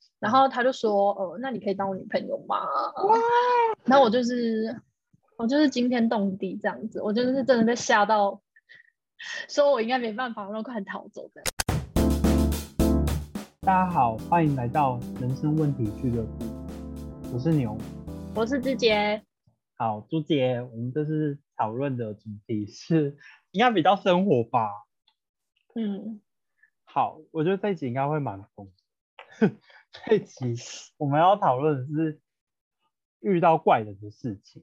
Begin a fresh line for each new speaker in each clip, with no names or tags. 嗯
然后他就说，呃，那你可以当我女朋友吗？然后我就是我就是惊天动地这样子，我就是真的被吓到， 说我应该没办法，然后快点逃走这样。
大家好，欢迎来到人生问题俱乐部，我是牛。
我是志杰，
好，朱姐，我们这次讨论的主题是 应该比较生活吧？
嗯，
好，我觉得这一集应该会蛮疯的。 这一集我们要讨论的是遇到怪人的事情，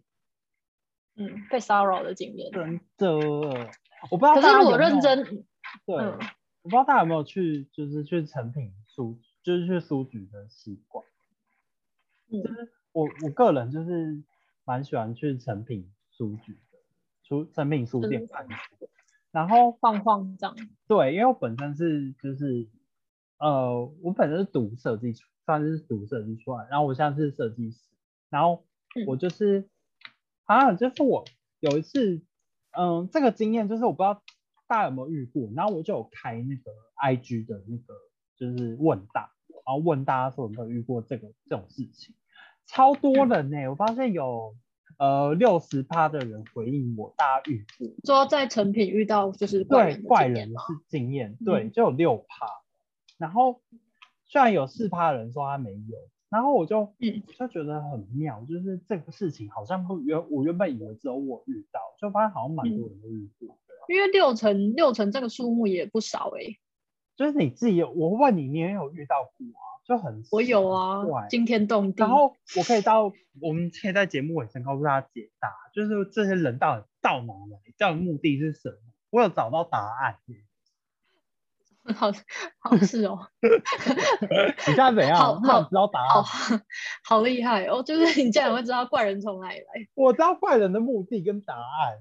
嗯，被骚扰的经验。
真的，我不知道
可是
大家
如果
有没有
认真，
对，
嗯
我不知道大家有没有去，就是去成品书，就是去书局的习惯。
嗯
就是我我个人就是蛮喜欢去成品书局的，书成品书店
嗯
看书的。然后
晃晃这样，
对，因为我本身是就是呃，我本身是读设计出，算是读设计出来，然后我现在是设计师，然后我就是、啊，就是我有一次，嗯，这个经验就是我不知道大家有没有遇过，然后我就有开那个 IG 的那个就是问答，然后问大家说有没有遇过这个这种事情，超多人呢、我发现有呃六十趴的人回应我，大家遇过。
说在成品遇到就是怪
对
人的
怪
经验
人
嘛，
是经验，对，
嗯
就有六趴。然后虽然有四趴的人说他没有，然后我就
嗯
就觉得很妙，就是这个事情好像会原我原本以为只有我遇到，就发现好像蛮多人都遇过的。
因为六成六成这个数目也不少哎、
就是你自己有，我问你，你也有遇到过啊？就很
我有啊
奇怪，
惊天动地。
然后我可以到，我们可以在节目尾声告诉大家解答，就是这些人到底到哪来，到底目的是什么？我有找到答案耶。
好好是哦，
你现在怎样？
好
我想
好
知道答案
好 好厉害哦！就是 你竟然会知道怪人从哪里来，
我知道坏人的目的跟答案，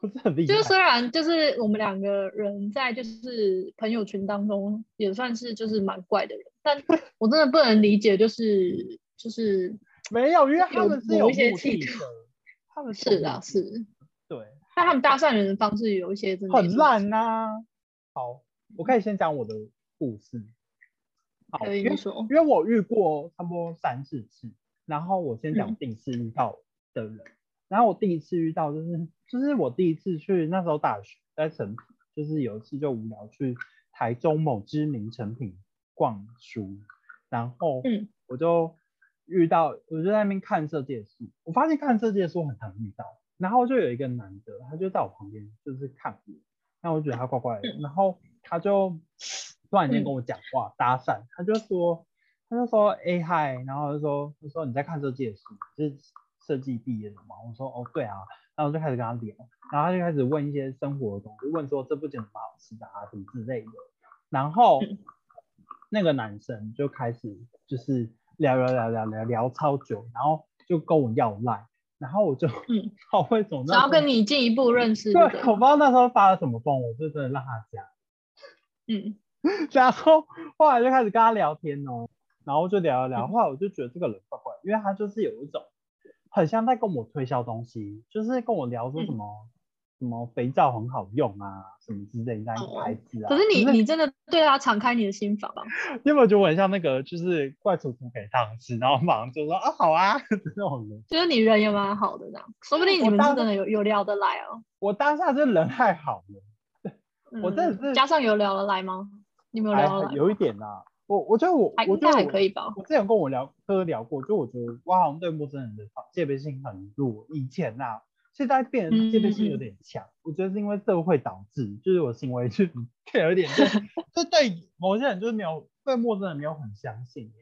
我是很厉害。
就是虽然就是我们两个人在就是朋友群当中也算是就是蛮怪的人，但我真的不能理解就是就是
没有，因为他们是
有某
有目
一些
的
企
的
图，
他们有
是啊
目的，
是，
对，
但他们搭讪人的方式有一些真的也
很
是
烂呐、好，我可以先讲我的故事。好，
可
因为
以说
因为我遇过差不多三四次，然后我先讲
嗯
第一次遇到的人，然后我第一次遇到就是就是我第一次去那时候大学在成品，就是有一次就无聊去台中某知名成品逛书，然后
嗯
我就遇到我就在那边看设计的书，我发现看设计的书很常遇到，然后就有一个男的，他就在我旁边就是看我，那我就觉得他怪怪的，然后他就突然间跟我讲话、搭讪，他就说，他就说，哎、嗨，然后就说，就说你在看设计的书，就是设计毕业的嘛，我说，哦对啊，然后我就开始跟他聊，然后他就开始问一些生活的东西，问说这附近有什么好吃的啊，什么之类的，然后
嗯
那个男生就开始就是聊聊聊聊聊聊超久，然后就跟我要赖，然后我就
嗯，
好会总
想要跟你进一步认识
对，
对
我
不对
不知道那时候发了什么疯，我就真的让他加，
嗯
然后后来就开始跟他聊天哦，然后就聊一
嗯
聊，后来我就觉得这个人怪怪，因为他就是有一种很像在跟我推销东西，就是跟我聊
嗯
说什么、什么肥皂很好用啊，什么之类的那一个牌子啊。
哦可是你你真的对他敞开你的心房吧？啊
你有没有觉得我很像那个就是怪叔叔给糖吃，然后马上就说啊好啊 那种人？
就是你人也蛮好的这样，说不定你
我
们
当
是真的有有聊得来哦。
我当下这人太好了。我
嗯
真的是
加上有聊得来吗？你们有
还
聊得来吗？
有一点啊，我我觉得我
哦还
我
应
觉
该
得
还
我
可以吧？
我之前跟我聊哥聊过，就我觉得我好像对陌生人的戒备性很弱，以前呐、啊，现在变得戒备性有点强。我觉得是因为社会导致，就是我行为就 变得有点就就对某些人就是没有对陌生人没有很相信耶。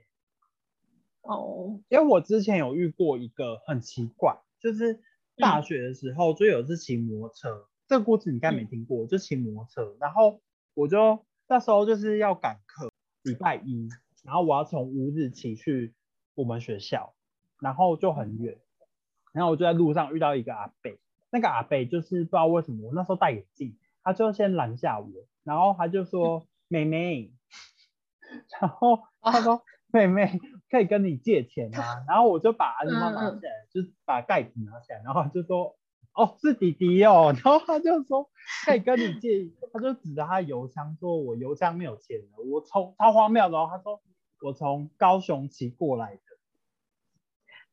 哦，
因为我之前有遇过一个很奇怪，就是大学的时候就有一次骑摩托车，这个故事你应该没听过，就骑摩托车，然后我就那时候就是要赶课，礼拜一，然后我要从乌日骑去我们学校，然后就很远，然后我就在路上遇到一个阿伯，那个阿伯就是不知道为什么我那时候戴眼镜，他就先拦下我，然后他就说：“妹妹。” 然后他说：“ 妹妹，可以跟你借 钱吗？”然后我就把安全帽拿
嗯
起来，就是把盖子拿起来，然后他就说：“哦，是弟弟哦。” 然后他就说：“可以跟你借。”他就指着他邮箱说：“我邮箱没有钱了。”我超超荒谬的哦。他说：“我从高雄骑过来的，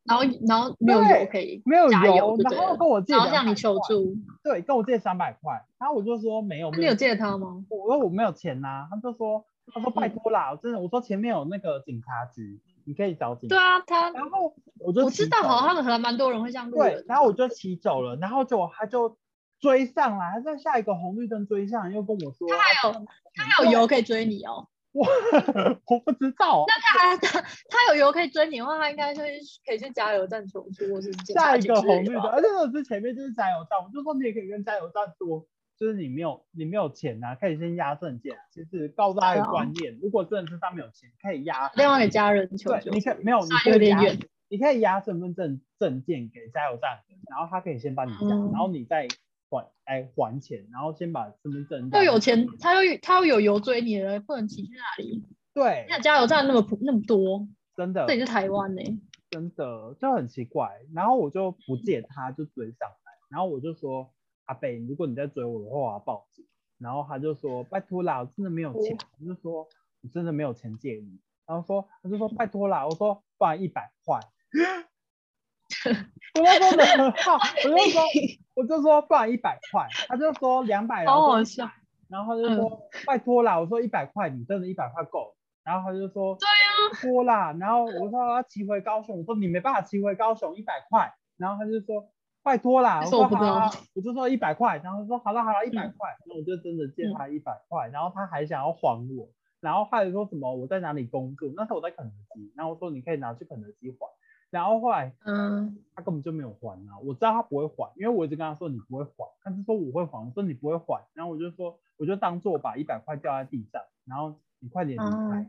然后然后没有
对
油可以，
没有
加
油
油，就对
然后
了
跟我借，
然后向你求，助，
对，跟我借三百块，然后我就说没有，
那
没
你有借他吗？
我说我没有钱呐、他就说他说拜
嗯
托啦，我真的，我说前面有那个警察局，你可以找警察。
对啊，他
然后我就
我知
骑
道，
走
好
了
像还蛮多人会这样路
对
人，，
然后我就骑走了，然后就他就追上来，他在下一个红绿灯追上来，又跟我说
他还有
要
他有油可以追你哦。
我不知道，
他他他有油可以追你的话，他应该就是可以去加油站求助，或是警察
下一
局
个
之类
红绿
的
灯，
吧
而且我之前面就是加油站，我就说你也可以跟加油站说，就是你没有你没有钱呐、可以先压证件，啊就是告诉他一个
对啊
观念，如果真的是他没有钱，可以压，
打电话给家人求
对，
救。
你可以没有，你
虽然
可以
有点
压
远，
你可以压身份证证件给加油站的人，然后他可以先帮你压，
嗯
然后你再还来还钱，然后先把身份证
又
压
有钱，他又他又有油追你了，不能骑去哪里？
对，
那加油站那么普那么多，
真的
这里是台湾呢、
真的就很奇怪，然后我就
嗯
不借他，就追上来，然后我就说阿北，如果你在追我的话，我要报警。然后他就说拜托啦，我真的没有
哦
钱，我就说我真的没有钱借你，然后说他就说拜托啦，我说不然一百块， 我就说 没号，我就说我就说不然一百块，他就说两百，
好好
然后
笑。嗯
然后他就说、拜托啦，我说一百块，你真的一百块够？然后他就说对啊，拜托啦。然后我说要骑回高雄，我说你没办法骑回高雄一百块。然后他就说拜托啦，
他说
我说
我不知
好
道嗯
啦，我就说一百块。然后他说好了好了，一百块。然后我就真的借他一百块，然后他还想要还我，然后他还说什么我在哪里工作，那时候我在肯德基，然后我说你可以拿去肯德基还。然后后来
嗯，
他根本就没有还啊！我知道他不会还，因为我一直跟他说你不会还，他就说我会还，我说你不会还，然后我就说我就当做把一百块掉在地上，然后你快点离
啊
开。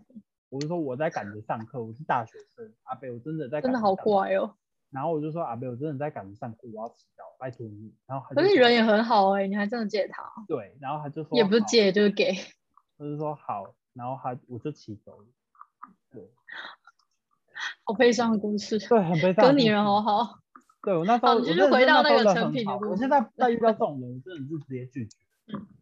我就说我在赶着上课，我是大学生，阿北我真的在赶
真的
着
好
上课。
怪哦、
然后我就说阿北我真的在赶着上课，我要迟到，拜托你。然后他
可
就是说
人也很好哎、你还真的借他，
对，然后他就说
也不是
好，
借就是给，
我就说好，然后他我就骑走了。
好悲伤的故 事。
对，很悲伤。
跟你人好好，
对我那时候，
好
我
你就
真的
回
是
到
那
那
时
个
候人
成
很
品的
好
故
我
事
现在再遇到这种人，我真的是直接拒绝，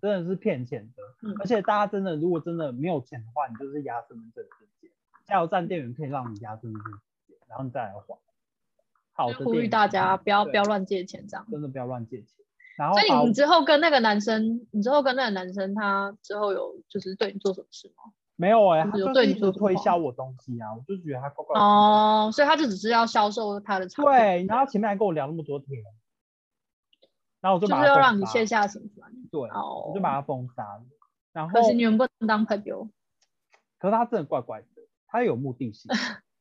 真的是骗钱的。
嗯
而且大家真的，如果真的没有钱的话，你就是压身份证直接，加油站店员可以让你压身份证直接，然后你再来还。好的，啊
呼吁大家，不要不要乱借钱这样。
真的不要乱借钱。然后
所
好
以你之后跟那个男生，你之后跟那个男生，他之后有就是对你做什么事吗？
没有哎、
就
他
是有
就是
对
一
你
直
做什
推
么
销我东西啊，我就觉得他怪怪的。
哦，所以他就只是要销售他的产品，
对，然后前面还跟我聊那么多天，然后我就
就
把
是
他
要
封
让你
杀
卸下心防。
对，
哦
我就把他封杀了。然后
可是你们不能当朋友，
可是他真的怪怪的，他有目 的性。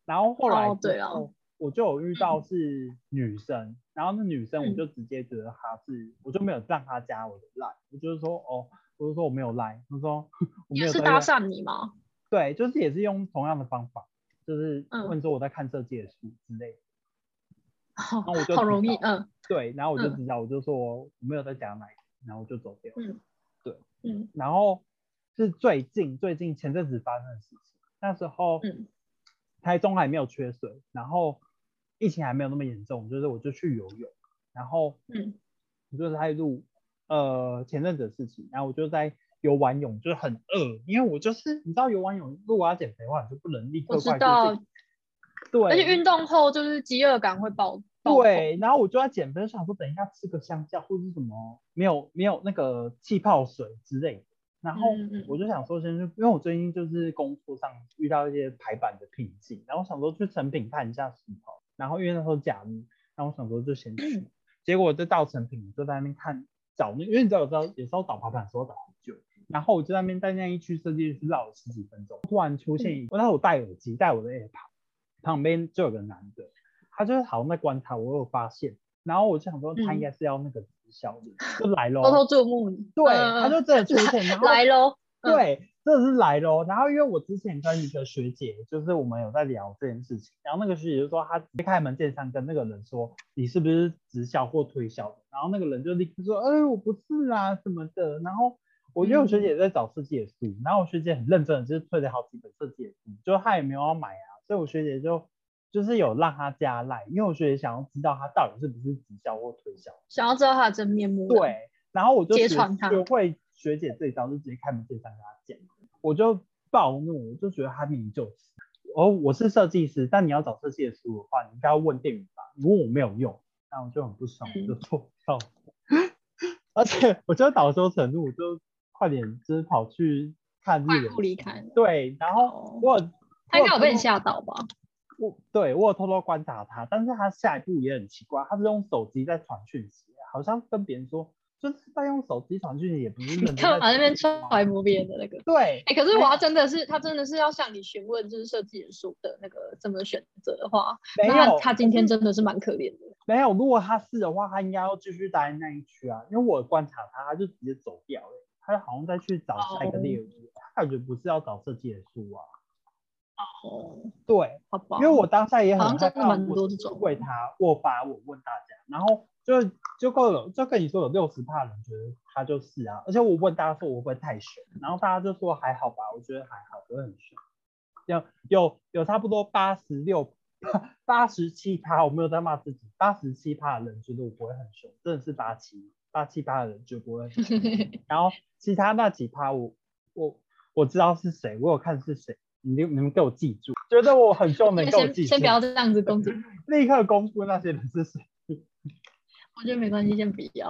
然后后来
哦
之
对啊嗯
后，我就有遇到是女生，然后那女生我就直接觉得她是，我就没有让她加我的 line，我就是说哦，我就说我没有 line，我说我没
也
有
是
在
搭
用
讪你吗？
对，就是也是用同样的方法，就是
嗯
问说我在看设计的书之类的，
好
那我就
好
知
容易，
道
嗯
对，然后我就
嗯
知道，我就说我没有在讲哪一个，然后我就走掉。
嗯
然后是最近最近前阵子发生的事情，那时候
嗯
台中还没有缺水，然后疫情还没有那么严重，就是我就去游泳，然后
嗯
我就是在录呃前阵子的事情，然后我就在游完泳，就是很饿，因为我就是你知道游完泳如果要减肥的话，你就不能立刻
我知
快速
道
进对，
而且运动后就是饥饿感会爆爆棚，
对，然后我就在减肥，想说等一下吃个香蕉或者是什么没有没有那个气泡水之类的。然后
嗯嗯
我就想说先去，因为我最近就是工作上遇到一些排版的瓶颈，然后想说去成品看一下气泡，然后因为那时候假日，然后我想说就先去， 结果我就到成品我就在那边看找那，因为你知道我知道有时候找排版的时候找很久，然后我就在那边在那一区设计师绕了十几分钟，突然出
嗯
现一，我那时候我戴耳机，戴我的 AirPod，旁边就有个男的，他就是好像在观察我，我有发现，然后我就想说他应
嗯
该是要那个直销的，就来咯
偷，偷注目你。
对，
嗯
他就真的出 现，然后
来喽，嗯
对，真的是来咯，然后因为我之前跟一个学姐，就是我们有在聊这件事情，然后那个学姐就说她直接开门见山跟那个人说你是不是直销或推销的，然后那个人就立刻说，哎，我不是啊什么的，然后。我觉得我学姐在找设计的书，然后我学姐很认真的，就是推了好几本设计的书，就她也没有要买啊，所以我学姐就就是有让她加赖，因为我学姐想要知道她到底是不是直销或推销。
想要知道他的真面目。，
对，然后我就
揭
学
穿他
学会学姐这一招，就直接开门见山跟他讲，我就暴怒，我就觉得他明明就是，哦，我是设计师，但你要找设计的书的话，你应该要问店员吧？你问我没有用，那我就很不爽，
嗯
我就做到。 而且我就恼羞成怒，我就快点就是跑去看日
快
本
步离开了。
对，然后
哦
我有
他应该有被
我
你吓到吧？
我对我有偷偷观察他，但是他下一步也很奇怪，他是用手机在传讯息，好像跟别人说，就是在用手机传讯息，也不是认真
你干嘛
在
那边
传讯息
揣摩别人的那个？
对，
哎、可是我要真的是，他真的是要向你询问，就是设计书的那个怎么选择的话，
没
那
有
他今天真的是蛮可怜的。
没有，如果他是的话，他应该要继续待在那一区啊，因为我观察他，他就直接走掉了，他好像再去找下一个猎物，他感觉不是要找设计的书啊。
哦，
对，
好吧，
因 为我当下也
好
很
像
害
真的
怕，
蛮多
我
这种
问他，我把我问大家，然后就就够了，就跟你说有六十趴人觉得他就是啊，而且我问大家说我会不会太悬，然后大家就说还好吧，我觉得还好，不会很悬。有有有差不多八十六八十七趴，我没有在骂自己，八十七趴的人觉得我不会很凶，真的是八七八七趴的人觉得不 会很凶。然后其他那几趴我我我知道是谁，我有看是谁，你你们给我记住，觉得我很凶能
先
给我记
先先
住，
不要这样子攻击，
立刻公布那些人是谁，
我觉得没关系，先不要。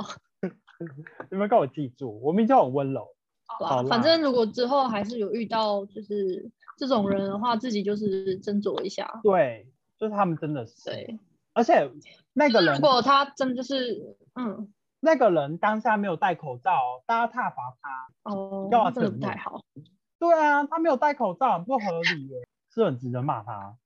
你们给我记住，我们就很温柔。
好
好
吧，
啦
反正如果之后还是有遇到就是这种人的话，自己就是斟酌一下。
对，就是他们真的是，
对，
而且那个
如
人
果他真的就是嗯
那个人当下没有戴口罩哦，大家挞伐他。
哦，
干嘛
真的
整
不
我
太好。
对啊，他没有戴口罩，很不合理耶，是很值得骂他。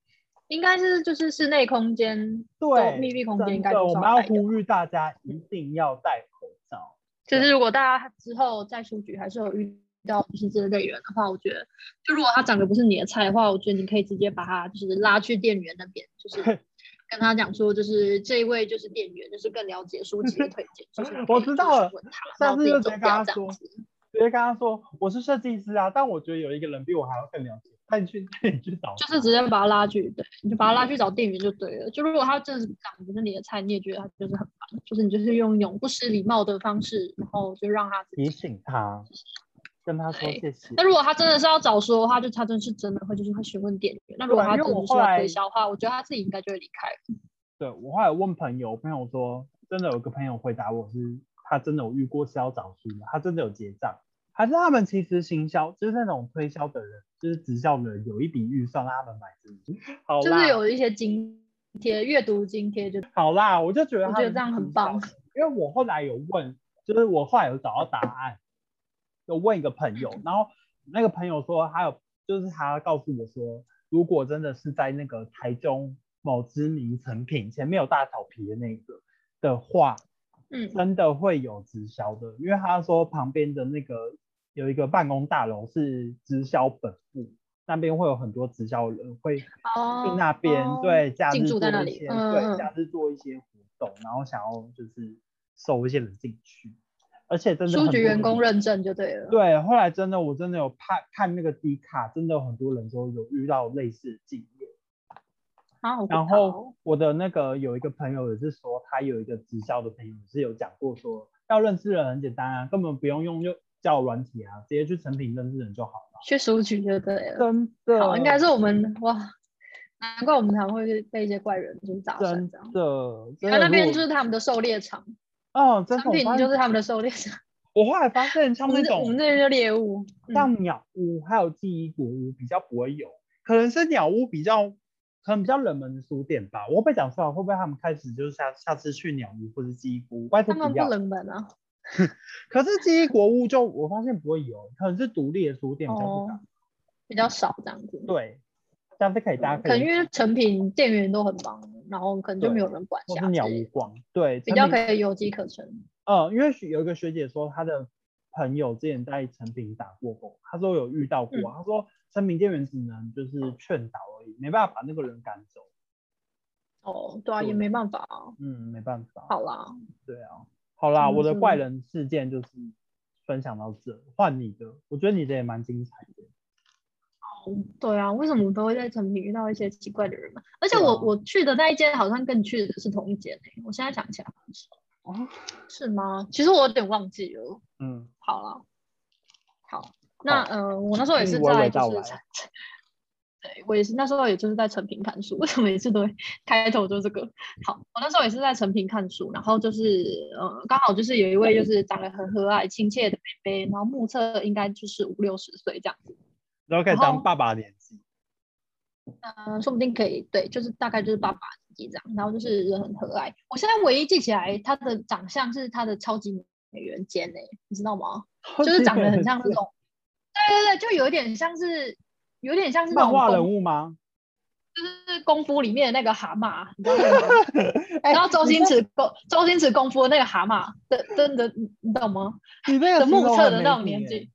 应该是就是室内空间，
对，
密闭空间
真
应该
的
就是
我们
要
要
戴的
呼吁大家一定要戴口罩。
就是如果大家之后在书局还是有遇到就是这类人的话，我觉得就如果他长得不是你的菜的话，我觉得你可以直接把他就是拉去店员那边，就是 跟他讲说，就是这一位就是店员，就是更了解书籍的推荐，就是你可
我
以
知
就是
道了
问他，
下
然后
次
自己
就
走
直接跟
掉
他
这样
说
子。
直接跟他说我是设计师啊，但我觉得有一个人比我还要更了解，那你去那你去找
就
他，
是直接把他拉去，对，你就把他拉去找店员就对了。就如果他真的是长得不是你的菜，你也觉得他就是很烦，就是你就是用一种不失礼貌的方式，然后就让他自己
提醒他，跟他说
对
谢谢。
那如果他真的是要早说的话，就他真的是真的会就是会询问店员。那如果
对
他
因为
真
我
的是
后
要
来
推销的话，我觉得他自己应该就会离开。
对我后来问朋友，朋友说真的有个朋友回答我是，他真的有遇过是要找书的，他真的有结账，还是他们其实行销就是那种推销的人，就是直销的人有一笔预算让他们买这己。好
就是
啦，
有一些津贴，阅读津贴就
好啦，我就觉得
我
他
觉得
们
这样
是
很
行销
棒
的，因为我后来有问，就是我后来有找到答案，有问一个朋友，然后那个朋友说，还有就是他告诉我说，如果真的是在那个台中某知名成品前面有大草皮的那个的话，
嗯，
真的会有直销的，因为他说旁边的那个有一个办公大楼是直销本部，那边会有很多直销人会
哦
去那边、
哦
对假
进
日
驻
做
在那
一
里
些、
嗯
对
嗯
假日做一些活动，然后想要就是收一些人进去，而且真的
书局
很多
员
人
工认证就对了。
对，后来真的我真的有看看那个迪卡，真的有很多人都有遇到类似的经验。
啊，好可
然
怕
后
哦
我的那个有一个朋友也是说，他有一个直销的朋友是有讲过说，要认识人很简单啊，根本不用用就叫软体啊，直接去成品认识人就好了。
去书局就对了。
真的，
好，应该是我们哇，难怪我们常会被一些怪人就是砸
真
伤这
的
样。，
真
他
的
那边
如
就
果
是他们的狩猎场，
哦，真的
产
我
品
发
就
现
是他们的狩猎场，
我后来发现
我
像那
们这我
种
们这边就猎物。嗯
像鸟屋还有记忆古屋比较不会有，可能是鸟屋比较可能比较冷门的书店吧。我被讲出来，会不会他们开始就是下下次去鸟屋或是记忆古屋，拜
他
托
们
不
不
要。
冷门啊。
可是记忆国屋就我发现不会有，可能是独立的书店比较不敢。
哦，比较少这样子。
对，下次可以大家
嗯可
可
能因
以
为成品店员都很忙，然后可能就没有人管
或
辖
是
之
鸟
类
屋
的，
逛，对，
比
成
较
品
可以有机可乘。
呃，因为学有一个学姐说她的朋友之前在成品打过工，她说有遇到过，
嗯
她说成品店员只能就是劝导而已，没办法把那个人赶走。
哦，对啊，
对
也没办法啊。
嗯，没办法。
好啦，
对啊，好啦，
嗯
我的
是
怪人事件就是分享到这，换你的，我觉得你的也蛮精彩的。
对啊，为什么我都会在成品遇到一些奇怪的人嘛？而且
对啊
我、我去的那一间好像跟你去的是同一间诶、我现在想起来
哦，
是吗？其实我有点忘记了。
嗯，
好了，好，那
好
呃，我那时候也
嗯
是
娓娓
在
道
就是
来
对我也是，那时候也就是在成品看书，为什么每次都会开头就这个？好，我那时候也是在成品看书，然后就是呃，刚好就是有一位就是长得很和蔼亲切的妹妹，然后目测应该就是五六十岁这样子，
然后可以
然后
当爸爸的年纪，
嗯、说不定可以对，就是大概就是爸爸年纪这样，然后就是人很和蔼。我现在唯一记起来她的长相是她的超级美人尖呢、你知道吗？ 就是长得很像那种，对对对，就有点像是有点像是那
漫
种
画
功
人物 吗？
就是功夫里面的那个蛤蟆，你知道那个吗
哎
然后周
你
星驰功周星驰功夫的那个蛤蟆的真的，你你懂吗？
你那个
的
形
目
容
测
很
的
没
那种
品
年
欸
纪。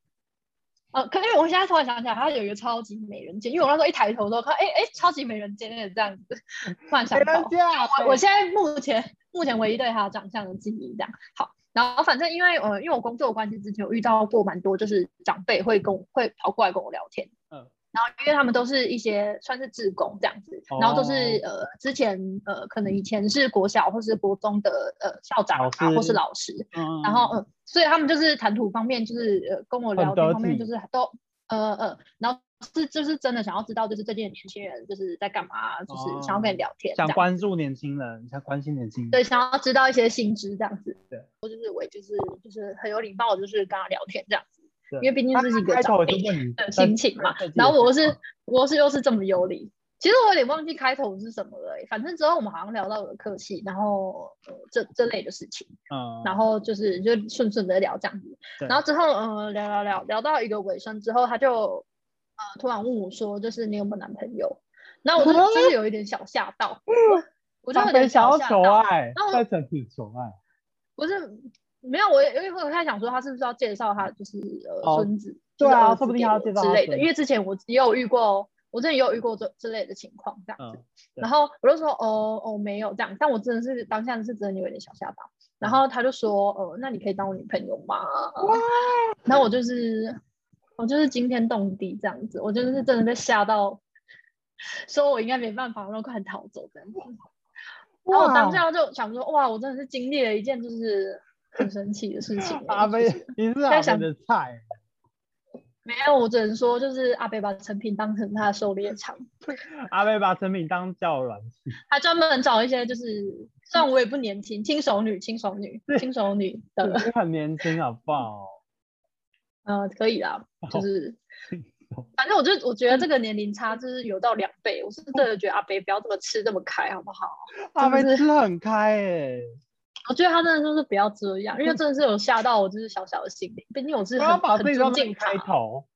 呃，可因为我现在突然想起来，他有一个超级美人尖，因为我那时候一抬头都看，哎哎，超级美人尖的这样子， 突然想
别
到
人。家
我我现在目前目前唯一对他的长相的记忆这样。好，然后反正因为呃，因为我工作的关系，之前有遇到过蛮多，就是长辈会跟我会跑过来跟我聊天。
嗯。
然后，因为他们都是一些算是志工这样子，
哦
然后都是、呃之前呃可能以前是国小或是国中的呃校长
老
啊，或
师
是老师，
嗯
然后呃，所以他们就是谈吐方面，就是呃跟我
很
聊天
得
方面，就
体
是都呃呃，然后是就是真的想要知道，就是最近的年轻人就是在干嘛，就是想要跟你
哦
聊天这
想
样，
关注年轻人，想关心年轻人，
对，想要知道一些新知这样子。
对，
我就是我也就是就是很有礼貌，就是跟他聊天这样子，
对，
因为毕竟
他
是一个
开
长
头
辈
就问你
的
在
心情嘛
在自己。
然后
的
我是我是又是这么有理，其实我有点忘记开头是什么了欸、反正之后我们好像聊到有客气，然后、呃、这这类的事情。
嗯，
然后就是就顺顺的聊这样子，
对
然后之后呃聊聊聊聊到一个尾声之后，他就呃突然问我说，就是你有没有男朋友？然后我就
啊嗯
就是有一点小吓到，我就有
长辈
点
想
小
要
吓
求
到，
爱
然后，
在整体求爱，
不是没有，我也因为我在想说他是不是要介绍他就是呃
哦
孙子，
对
就是
啊
儿子
说不定
给
他要
我
介绍
之
他
类的，
孙
因为之前我也有遇过，我之前也有遇过这之类的情况这样子。
嗯，对
然后我就说哦哦没有这样，但我真的是当下是真的有点小吓到。然后他就说呃那你可以当我女朋友吗？然后我就是我就是惊天动地这样子，我就是真的被吓到，说我应该没办法，然后快点逃走这样子。然后我当下就想说哇，我真的是经历了一件就是很神奇的事 情欸。
阿
就
飞
是，
你是
在
阿飞
想
的菜，
没有，我只能说就是阿北把成品当成他的狩猎场。
阿飞把成品当叫软体，
还专门找一些就是，虽然我也不年轻，轻熟女、轻熟女、轻熟女
你
的，
很年轻好不好？
呃，可以啦，就
哦
是
轻熟，
反正我就我觉得这个年龄差就是有到两倍，我是真
嗯
的觉得阿北不要这么吃这么开，好不好？
阿飞
是
吃很开诶，
我觉得他真的就是不要这样，因为真的是有吓到我，就是小小的心灵，毕竟我是
嗯不
很
要把
很
自己
尊
当
敬
成
他
开，头，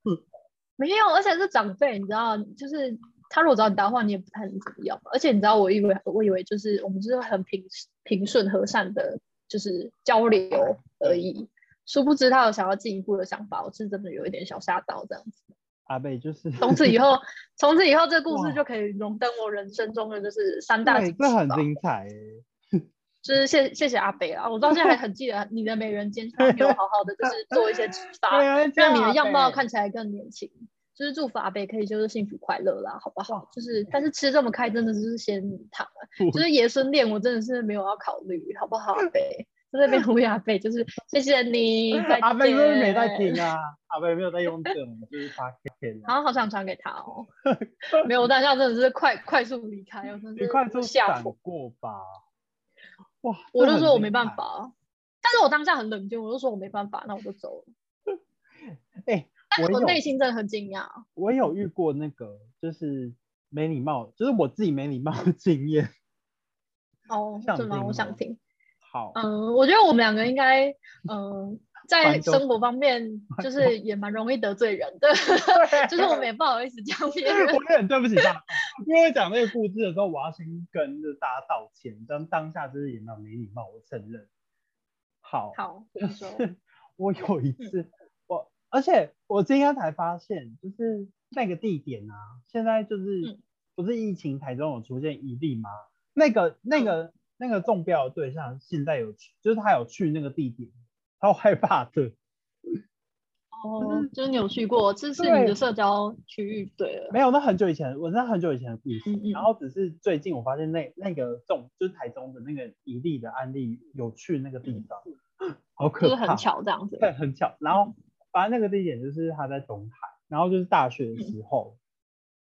没有，而且是长辈，你知道，就是他如果找你搭话，你也不太能怎么样。而且你知道，我以为我以为就是我们就是很平平顺和善的，就是交流而已。殊不知他有想要进一步的想法，我是真的有一点小吓到这样子。
阿贝就是
从此以 后，从此以后，这故事
哇
就可以荣登我人生中的就是三大
对，
惊
这
喜
很
吧。
精彩诶，
就是谢谢谢阿北啊，我到现在还很记得你的美人尖，他没有好好的就是做一些指法，
对啊，
让
叫
你的
阿
样貌
贝
看起来更年轻。就是祝福阿贝可以就是幸福快乐啦，好不好？就是但是吃这么开真的就是仙女糖啊，就是爷孙恋我真的是没有要考虑，好不好？阿贝在那边呼吁阿贝，就是谢谢你，再
阿贝是不是没在
见
听啊？阿贝没有在用这种，就是他天
然后好想传给他哦，没有，我当下真的是快快速离开，我真的
你
是
快速
吓
闪
疯，
过吧。哇，
我
这
就
很
说我
精
没办
彩
法。啊，但是我当下很冷静，我就说我没办法，那我就走了。
哎、
但是
我
我
有
内心真的很惊讶，
我有遇过那个，就是没礼貌，就是我自己没礼貌的经验。
哦，
想
是吗？
听
我想
吗
听。
好，
嗯，我觉得我们两个应该，嗯，在
宽中
生活方面就是也蛮容易得罪人的， 就是我们也不好意思讲别 人。
我有点对不起大家，因为讲那个故事的时候，我要先跟着大家道歉，但当下就是也蛮没礼貌，我承认。好，
好，你说，
我有一
嗯
次，我而且我今天才发现，就是那个地点啊，现在就是、
嗯
不是疫情台中有出现一例吗？那个
嗯
那个那个中标的对象现在有去，就是他有去那个地点，超害怕的。
哦，就是你有去过，这是
对
你的社交区域，对了，
没有，那很久以前，我是很久以前的故事。
嗯嗯
然后只是最近我发现那那个中就是台中的那个一例的案例有去那个地方， 好
嗯就
可
是
怕，
很巧这样子。
对，很巧。然后反正那个地点就是他在东海，然后就是大学的时候，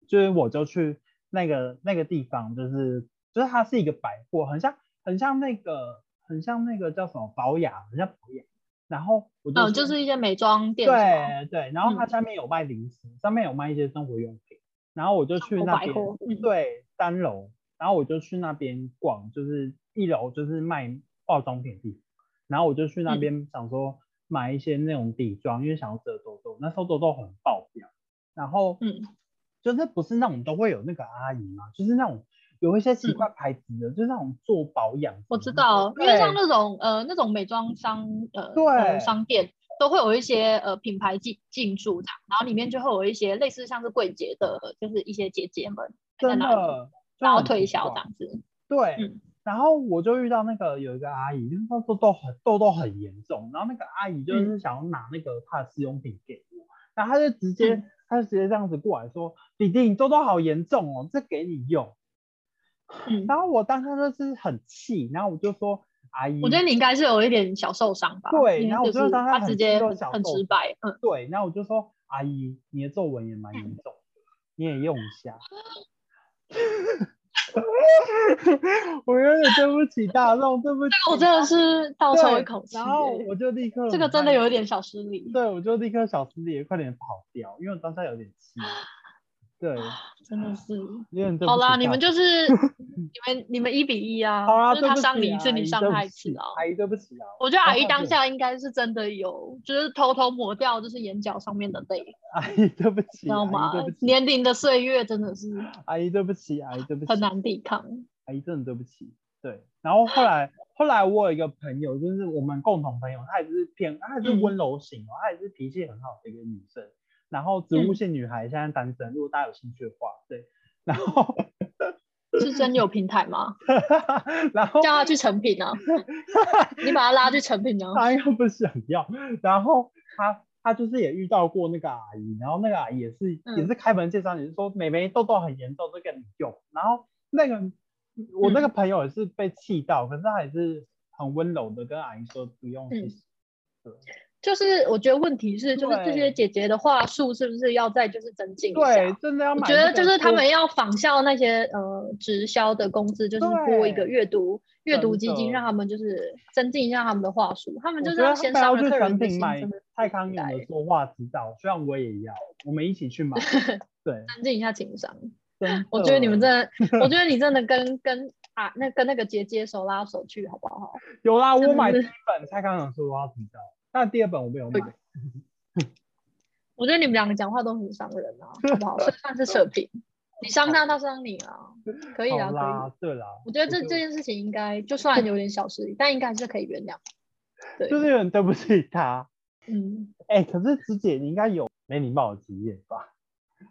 就是我就去那个那个地方，就是就是它是一个百货，很像很像那个很像那个叫什么保雅，很像保雅。然后我就
嗯，就是一些美妆店，
对对，然后它
嗯
下面有卖零食，上面有卖一些生活用品，然后我就去
口
那
百
边，
货嗯
对，三楼，然后我就去那边逛，就是一楼就是卖化妆品的地方，然后我就去那
嗯
边想说买一些那种底妆，因为想要遮痘痘，那时候痘痘很爆表，然后
嗯，
就是不是那种都会有那个阿姨嘛，就是那种有一些奇
嗯
怪牌子的，就是那种做保养什么的，
我知道，因为
对
像那种呃那种美妆商呃
对
呃商店都会有一些呃品牌进进驻这样，然后里面就会有一些类似像是柜姐的，就是一些姐姐们在
真
那里，
的，就
然后
很奇
推销
怪
这样子，
对，
嗯
然后我就遇到那个有一个阿姨，就是她痘痘很痘痘很严重，然后那个阿姨
嗯
就是想要拿那个她的试用品给我，然后她就直接、
嗯
她就直接这样子过来说：“弟弟，你痘痘好严重哦，这给你用。
嗯”，
然后我当时就是很气，然后我就说：“阿姨，
我觉得你应该是有一点小受伤吧，
对
因为
然后我
就
就是当他
他
很
直
肌
接
肉
很
小
很
受
直
伤
白，嗯，
对。”然后我就说：“阿姨，你的皱纹也蛮严重的，你也用一下。” 我有点对不起大众，对不起，
我真的是倒抽
对，
一口气耶，
然后我就立刻
这个
很
真
害
的有一点小失礼，
对，我就立刻小师弟也快点跑掉，因为我当下有点气。 对，
真的是。
有点对
好
不
啦，
起
你
大
们
家
就是 你们你们一比一啊，
好啦，
就
对
是他
不起
伤你一
啊
次，
阿
你
姨
伤
对
他
不
一次
起
啊。
阿姨对不起啊，
我觉得阿姨
真的
当
是
下应该是真的有，就是偷偷抹掉就是眼角上面的泪，
阿姨对不起，
知道吗
阿姨对不？起，
年龄的岁月真的是
阿姨对不起，阿姨对不起，
很难抵抗。
阿姨真的对不起。对，然后后来后来我有一个朋友，就是我们共同朋友，她也是偏，她也是
嗯
温柔型哦，她也是脾气很好的一个女生。然后植物
嗯
性女孩现在单身，如果大家有兴趣的话，对，然后
是真有平台吗？
然后
叫他去成品 啊，你把他拉去成 品啊。
他应该不想要。然后他他就是也遇到过那个阿姨，然后那个阿姨也是、
嗯
也是开门见山，也是说妹妹痘痘很严重，这个你用。然后那个我
嗯
那个朋友也是被气到，可是他也是很温柔的跟阿姨说不用谢
嗯
谢。
就是我觉得问题是，就是这些
对
姐姐的话术是不是要再就是增进一下？
对，真的要
我
买
觉
这个多。
得就是他们要仿效那些呃直销的公司，就是拨一个
对
阅读阅读基
真
金，
的
让他们就是增进一下他们的话术。他们
我
就
觉
是
得
先
他
伤
们
了
要
客
去
人
成
的心
品，买
真的
蔡康永
待
的说话指导，虽然我也要，我们一起去 买。对，
增进一下情商。
真
我觉得你们
的
真 的，我觉得你真的跟跟啊那跟那个姐姐手拉手去好不好？
有啦，
真
我
的
买第
是
一本蔡康永说话指导，但第二本我没有买
对。我觉得你们两个讲话都很伤人啊，好不 好？所以算是扯平，你伤他，他伤你啊，可以啊，
好
可以。
啦，对啦，
我觉得这
就
这件事情应该就算有点小失礼，但应该是可以原谅。对，
就是有点对不起他。
嗯，
哎、可是子姐你应该有没礼貌的经验吧？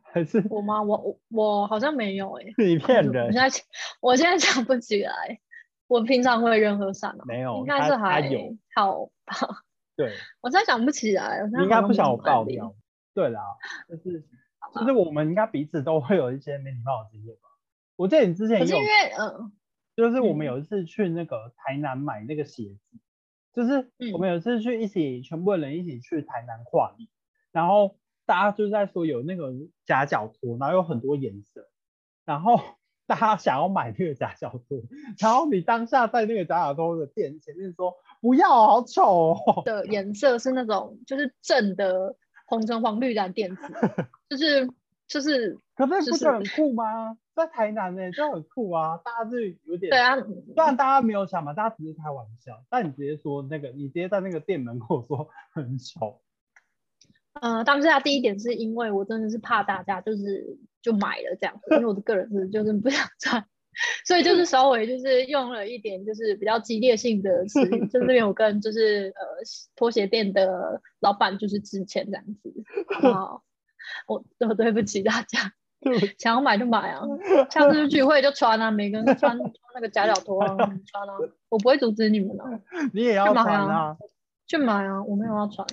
还是
我吗？我我我好像没有哎、
你骗
我
人
现？在想我现在想不起来，我平常会任何伞啊，
没有，
应该是
他他
还
有，
好。
对，
我真的想不起来，我现
你
在
应
好像
该不
没
想
什
我
么案
爆
例
料。对啦，就是就是我们应该彼此都会有一些没礼貌的经验吧？我记得你之前
可
也
是
有
因，为嗯
就是我们
嗯
有一次去那个台南买那个鞋子，就是
嗯
我们有一次去一起全部的人一起去台南跨年，然后大家就在说有那个夹脚拖，然后有很多颜色，然后 大家想要买那个夹脚拖，然后你当下在那个夹脚拖的店前面说不要，好丑哦，
的颜色是那种就是正的红橙黄绿蓝靛紫，就是就是
可是
就是
不是很酷吗？在台南呢、就很酷啊，大家就有点
对啊，
虽然大家没有想嘛，大家只是开玩笑，但你直接说那个，你直接在那个店门口说 很丑，
呃，当下第一点是因为我真的是怕大家就是就买了这样子，因为我的个人是就是不想穿，所以就是稍微就是用了一点就是比较激烈性的词语，就是这边我跟就是呃拖鞋店的老板就是致歉这样子，好不好？ 我我对不起大家，
对不对？
想要买就买啊，下次聚会就穿啊，每个人都穿穿那个夹脚拖啊，穿啊，我不会阻止你们的、啊，
你也要
干嘛
穿
呀
啊，
去买啊，我没有要穿，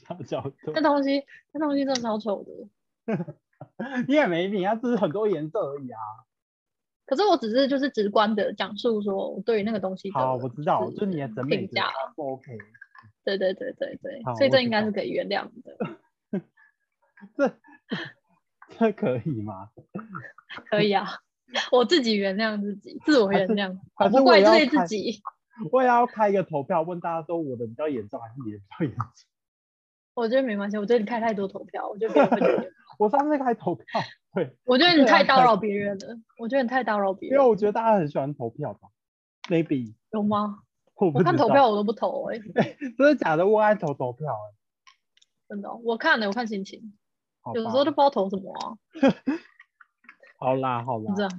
夹脚拖
那，东西那东西真的超丑的。
你也没你啊，只是很多颜色而已啊。
可是我只是就是直观的讲述说我对于那个东西的
好，我知道，就你的审美
评
觉
价啊
得不 OK，
对对对对对
好，
所以
我
这
知
应该
道
是可以原谅的。
这这可以吗？
可以啊， 我自己原谅自己，自我原谅，
还是
不
我
怪
要
罪自
看
己。
我也要开一个投票，问大家说我的比较严重还是你的比较严重？
我觉得没关系，我觉得你开太多投票，我觉 得别人会觉得
我上次开投票，对，
我觉得你
对啊
太叨
太
扰别人了，我觉得你太叨扰别
因
人
为
了，
我觉得大家很喜欢投票吧，maybe
有吗？
我不
我看
知
投
道
票我都不投哎、
真的假的？我爱投投票、欸，
真的哦、我看了，我看心情，
好
有时
吧
候都不知道投什么啊，
好啦好
你知
啦，
道？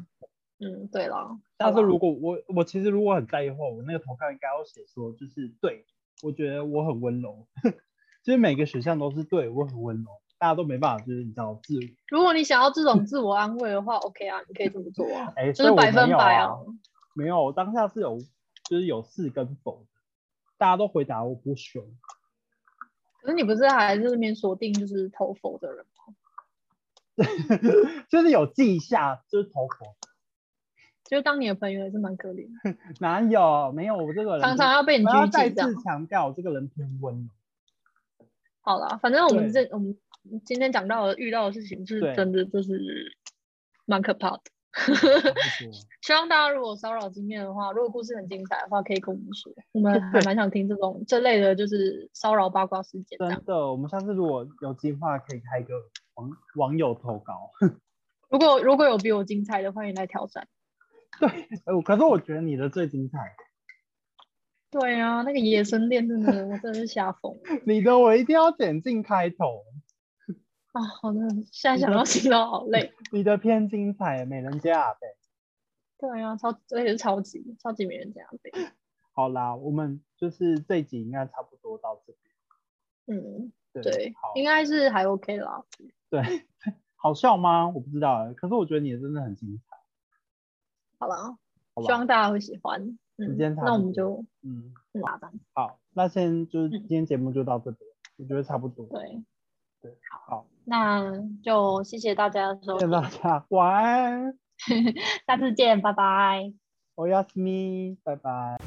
嗯，对啦，
但
好
是
啦
如果我我其实如果很在意的话，我那个投票应该要写说，就是对我觉得我很温柔， 就是每个选项都是对我很温柔，大家都没办法就是你知道自
如果你想要这种自我安慰的话，OK 啊，你可以这么做 啊，
哎、
就
所以
是
我
百
没
分
有
百哦
啊，没有，我当下是有就是有是跟否的，大家都回答我不选，
可是你不是还在那边锁定就是投否的人吗？
就是有记一下就是投否，
就是当你的朋友也是蛮可怜的，
哪有没有我这个人
常
就
常要被你
我要
狙
再
击这样
次。强调，我这个人偏温柔。
好啦，反正我们
对
这我们今天讲到的遇到的事情，就是
对
真的就是蛮可怕的。
差不多
希望大家如果骚扰经验的话，如果故事很精彩的话，可以跟我们说，我们还蛮想听这种这类的，就是骚扰八卦事件这样。
真的，我们下次如果有计划，可以开一个网网友投稿。
如果如果有比我精彩的，欢迎来挑战。
哎，我可是我觉得你的最精彩，
对啊，那个野生恋真的，我真的是吓疯了
你的我一定要剪进开头，
啊！好的，现在想到心都好累。
你的偏精彩，美人家阿贝。
对啊，超而且是超级超级没人家 的。
好啦，我们就是这一集应该差不多到这
嗯，
边。
对
好，，
应该是还 OK 啦。
对，好笑吗？我不知道哎，可是我觉得你的真的很精彩，
好啦，
好
希望
吧？
大家会喜欢。嗯
时间，差不
那我们
多
就
嗯，
嗯打板。
好，那先就是
嗯
今天节目就到这边，我觉得差不多。
对，
好，
那就谢谢大家的收
谢
听，
谢大家，晚安，
下次见，拜拜。
我要咪，拜拜。